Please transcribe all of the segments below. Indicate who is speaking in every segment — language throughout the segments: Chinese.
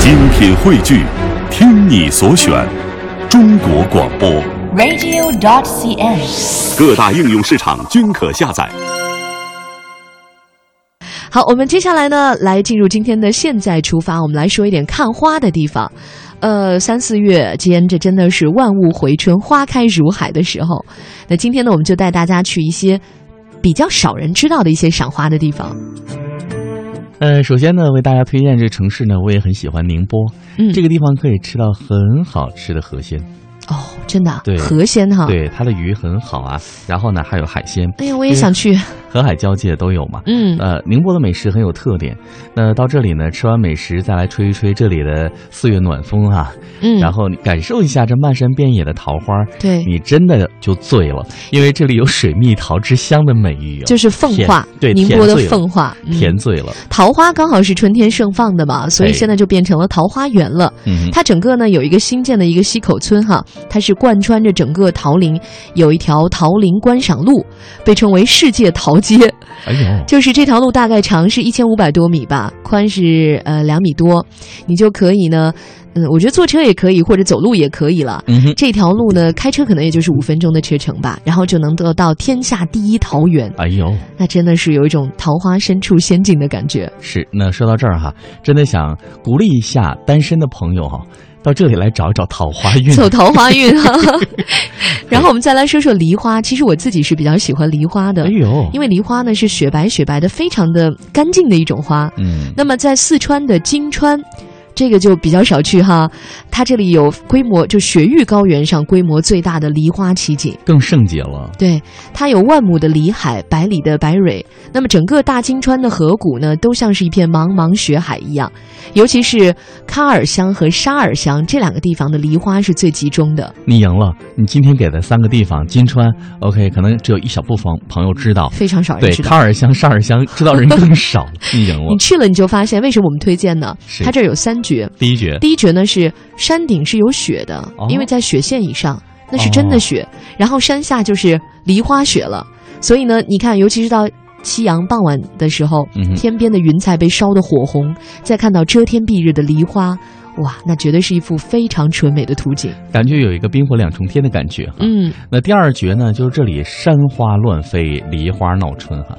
Speaker 1: 精品汇聚，听你所选，中国广播。
Speaker 2: radio.cn。
Speaker 1: 各大应用市场均可下载。
Speaker 3: 好，我们接下来呢，来进入今天的现在出发，我们来说一点看花的地方。呃，三四月间，这真的是万物回春、花开如海的时候。那今天呢，我们就带大家去一些比较少人知道的一些赏花的地方。
Speaker 4: 呃，首先呢，为大家推荐这城市呢，我也很喜欢宁波。
Speaker 3: 嗯
Speaker 4: 这个地方可以吃到很好吃的河鲜，
Speaker 3: 哦，真的啊，
Speaker 4: 对
Speaker 3: 河鲜哈，，
Speaker 4: 对它的鱼很好啊，然后呢还有海鲜，
Speaker 3: 哎呀，我也想去，
Speaker 4: 河海交界都有嘛。
Speaker 3: 嗯，
Speaker 4: 呃，宁波的美食很有特点。那到这里呢，吃完美食再来吹一吹这里的四月暖风啊，
Speaker 3: 嗯，
Speaker 4: 然后你感受一下这漫山遍野的桃花，
Speaker 3: 对，
Speaker 4: 你真的就醉了，因为这里有水蜜桃之乡的美誉、哦，
Speaker 3: 就是奉化，
Speaker 4: 甜对
Speaker 3: 宁波的
Speaker 4: 甜醉了
Speaker 3: 奉化，嗯
Speaker 4: 甜醉了。
Speaker 3: 桃花刚好是春天盛放的嘛，所以
Speaker 4: 哎
Speaker 3: 现在就变成了桃花源了。
Speaker 4: 嗯，
Speaker 3: 它整个呢有一个新建的一个溪口村哈，它是贯穿着整个桃林，有一条桃林观赏路，被称为世界桃街。
Speaker 4: 哎呦，
Speaker 3: 就是这条路大概长是一千五百多米吧，宽是呃两米多，你就可以呢，嗯，我觉得坐车也可以，或者走路也可以了。
Speaker 4: 嗯哼，
Speaker 3: 这条路呢，开车可能也就是五分钟的车程吧，然后就能得到天下第一桃源，
Speaker 4: 哎呦。
Speaker 3: 那真的是有一种桃花深处仙境的感觉。
Speaker 4: 是，那说到这儿哈，真的想鼓励一下单身的朋友哈，到这里来找一找桃花运。
Speaker 3: 走桃花运 哈、然后我们再来说说梨花，其实我自己是比较喜欢梨花的
Speaker 4: 哎，呦，
Speaker 3: 因为
Speaker 4: 为
Speaker 3: 梨花呢是雪白雪白的，非常的干净的一种花。
Speaker 4: 嗯，
Speaker 3: 那么在四川的金川，这个就比较少去哈，它这里有规模就雪域高原上规模最大的梨花奇景。
Speaker 4: 更圣洁了。
Speaker 3: 对，它有万亩的梨海，百里的白蕊。那么整个大金川的河谷呢，都像是一片茫茫雪海一样。尤其是喀尔乡和沙尔乡这两个地方的梨花是最集中的，
Speaker 4: 你赢了，你今天给的三个地方，金川，OK，可能只有一小部分朋友知道，
Speaker 3: 非常少人
Speaker 4: 对，
Speaker 3: 知道
Speaker 4: 卡。尔乡、沙尔乡知道人更少 了。你赢了
Speaker 3: 你，去了你就发现，为什么我们推荐呢？
Speaker 4: 是
Speaker 3: 它这儿有三绝，
Speaker 4: 第一绝，
Speaker 3: 第一绝呢是山顶是有雪的，
Speaker 4: 哦
Speaker 3: 因为在雪线以上，那是真的雪。然后山下就是梨花雪了，所以呢，你看，尤其是到夕阳傍晚的时候，
Speaker 4: 嗯哼
Speaker 3: 天边的云彩被烧得火红，再看到遮天蔽日的梨花，哇，那绝对是一幅非常纯美的图景。
Speaker 4: 感觉有一个冰火两重天的感觉哈。
Speaker 3: 嗯，
Speaker 4: 那第二绝呢，就是这里山花乱飞，梨花闹春哈、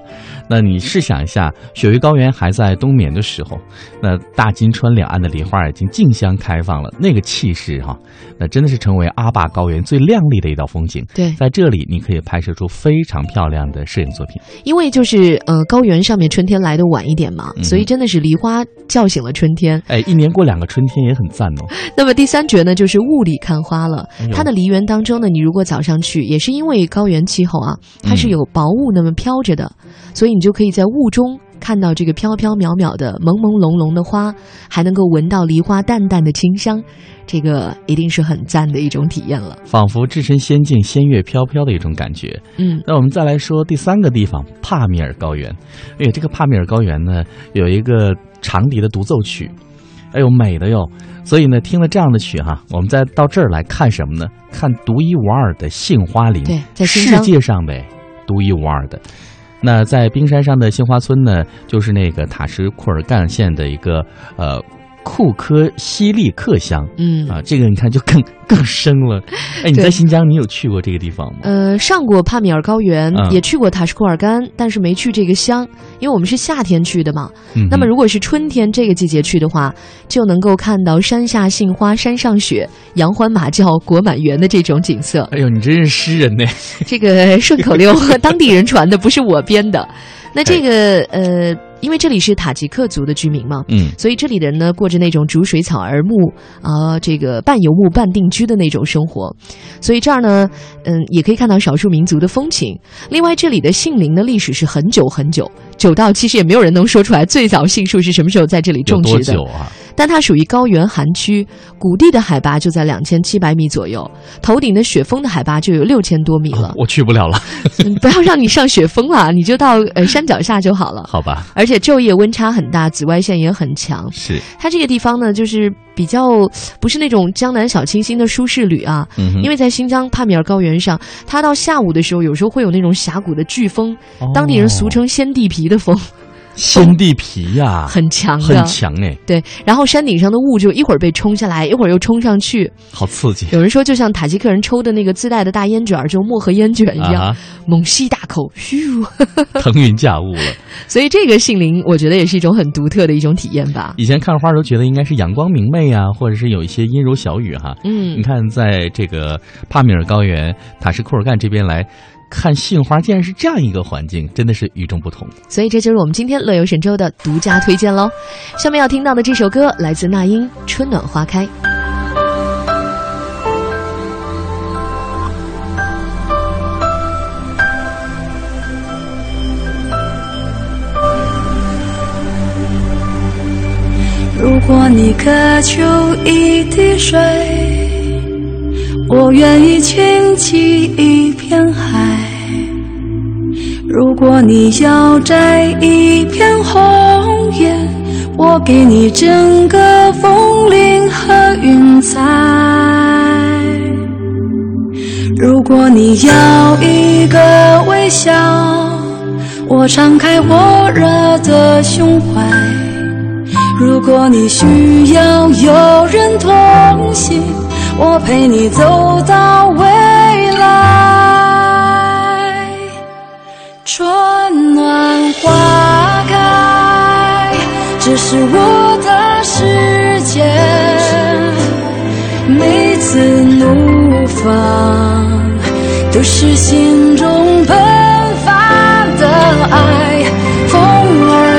Speaker 4: 那你试想一下，雪域高原还在冬眠的时候，那大金川两岸的梨花已经竞相开放了，那个气势哈、那真的是成为阿坝高原最亮丽的一道风景。
Speaker 3: 对，
Speaker 4: 在这里，你可以拍摄出非常漂亮的摄影作品。
Speaker 3: 因为就是呃，高原上面春天来的晚一点嘛，
Speaker 4: 嗯哼
Speaker 3: 所以真的是梨花叫醒了春天。
Speaker 4: 哎，一年过两个春天也很赞哦。
Speaker 3: 那么第三绝呢，就是雾里看花了。
Speaker 4: 哎呦
Speaker 3: 它的梨园当中呢，你如果早上去，也是因为高原气候啊，它是
Speaker 4: 嗯
Speaker 3: 有薄雾那么飘着的，所以你就可以在雾中看到这个飘飘渺渺的、朦朦胧胧的花，还能够闻到梨花淡淡的清香，这个一定是很赞的一种体验了。
Speaker 4: 仿佛置身仙境，仙乐飘飘的一种感觉。
Speaker 3: 嗯，
Speaker 4: 那我们再来说第三个地方——帕米尔高原。哎呀，这个帕米尔高原呢，有一个长笛的独奏曲，哎呦，美的哟！所以呢，听了这样的曲哈，我们再到这儿来看什么呢？看独一无二的杏花林，
Speaker 3: 对在新
Speaker 4: 世
Speaker 3: 疆
Speaker 4: 界上的独一无二的。那在冰山上的杏花村呢，就是那个塔什库尔干县的一个呃库科西利克乡。
Speaker 3: 嗯。
Speaker 4: 啊，这个你看就更更深了。哎，你
Speaker 3: 对
Speaker 4: 在新疆，你有去过这个地方吗？
Speaker 3: 呃，上过帕米尔高原，
Speaker 4: 嗯
Speaker 3: 也去过塔什库尔干，但是没去这个乡，因为我们是夏天去的嘛。
Speaker 4: 嗯
Speaker 3: 那么
Speaker 4: 哼
Speaker 3: 如果是春天这个季节去的话，就能够看到山下杏花、山上雪、羊欢马叫、果满园的这种景色。
Speaker 4: 哎呦，你真是诗人呢！
Speaker 3: 这个顺口溜当地人传的，不是我编的。那这个呃，因为这里是塔吉克族的居民嘛。
Speaker 4: 嗯，
Speaker 3: 所以这里的人呢，过着那种逐水草而牧啊、这个半游牧半定居的那种生活，所以这儿呢，嗯，也可以看到少数民族的风情。另外，这里的杏林的历史是很久很久，久到其实也没有人能说出来最早杏树是什么时候在这里
Speaker 4: 有
Speaker 3: 种
Speaker 4: 多
Speaker 3: 植
Speaker 4: 久
Speaker 3: 的。
Speaker 4: 啊？
Speaker 3: 但它属于高原寒区，谷地的海拔就在两千七百米左右，头顶的雪峰的海拔就有六千多米了。
Speaker 4: 我去不了了，
Speaker 3: 嗯 不要让你上雪峰了，你就到呃山脚下就好了。
Speaker 4: 好吧？
Speaker 3: 而且昼夜温差很大，紫外线也很强。
Speaker 4: 是，
Speaker 3: 它这个地方呢，就是比较呃不是那种江南小清新的舒适旅啊，
Speaker 4: 嗯哼，
Speaker 3: 因
Speaker 4: 为
Speaker 3: 为在新疆帕米尔高原上，它
Speaker 4: 哦
Speaker 3: 到下午的时候，有时候会有那种峡谷的飓风，当地人俗称“掀地皮”的风，
Speaker 4: 鲜地皮呀、
Speaker 3: 很强的
Speaker 4: 啊很。强哎，
Speaker 3: 对，然后山顶上的雾就一会儿被冲下来，一会儿又冲上 去。
Speaker 4: 好刺激
Speaker 3: 有人说，就像塔吉克人抽的那个自带的大烟卷儿，就漠河烟卷一样，
Speaker 4: 啊！
Speaker 3: 猛吸大口，咻！
Speaker 4: 腾云驾雾了。
Speaker 3: 所以这个杏林，我觉得也是一种很独特的一种体验吧。
Speaker 4: 以前看花都觉得应该是阳光明媚啊，或者是有一些阴柔小雨哈、
Speaker 3: 嗯
Speaker 4: 你，看，在这个帕米尔高原、塔什库尔干这边来看杏花，竟然是这样一个环境，真的是与众不同。
Speaker 3: 所以这就是我们今天乐游神州的独家推荐喽。下面要听到的这首歌来自那英，《春暖花开》。
Speaker 2: 如果你渴求一滴水，我愿意倾起一片海；如果你要摘一片红叶，我给你整个风铃和云彩。如果你要一个微笑，我敞开火热的胸怀。如果你需要有人同行，我陪你走到未来。春暖花开，这是我的世界。每次怒放，都是心中喷发的爱。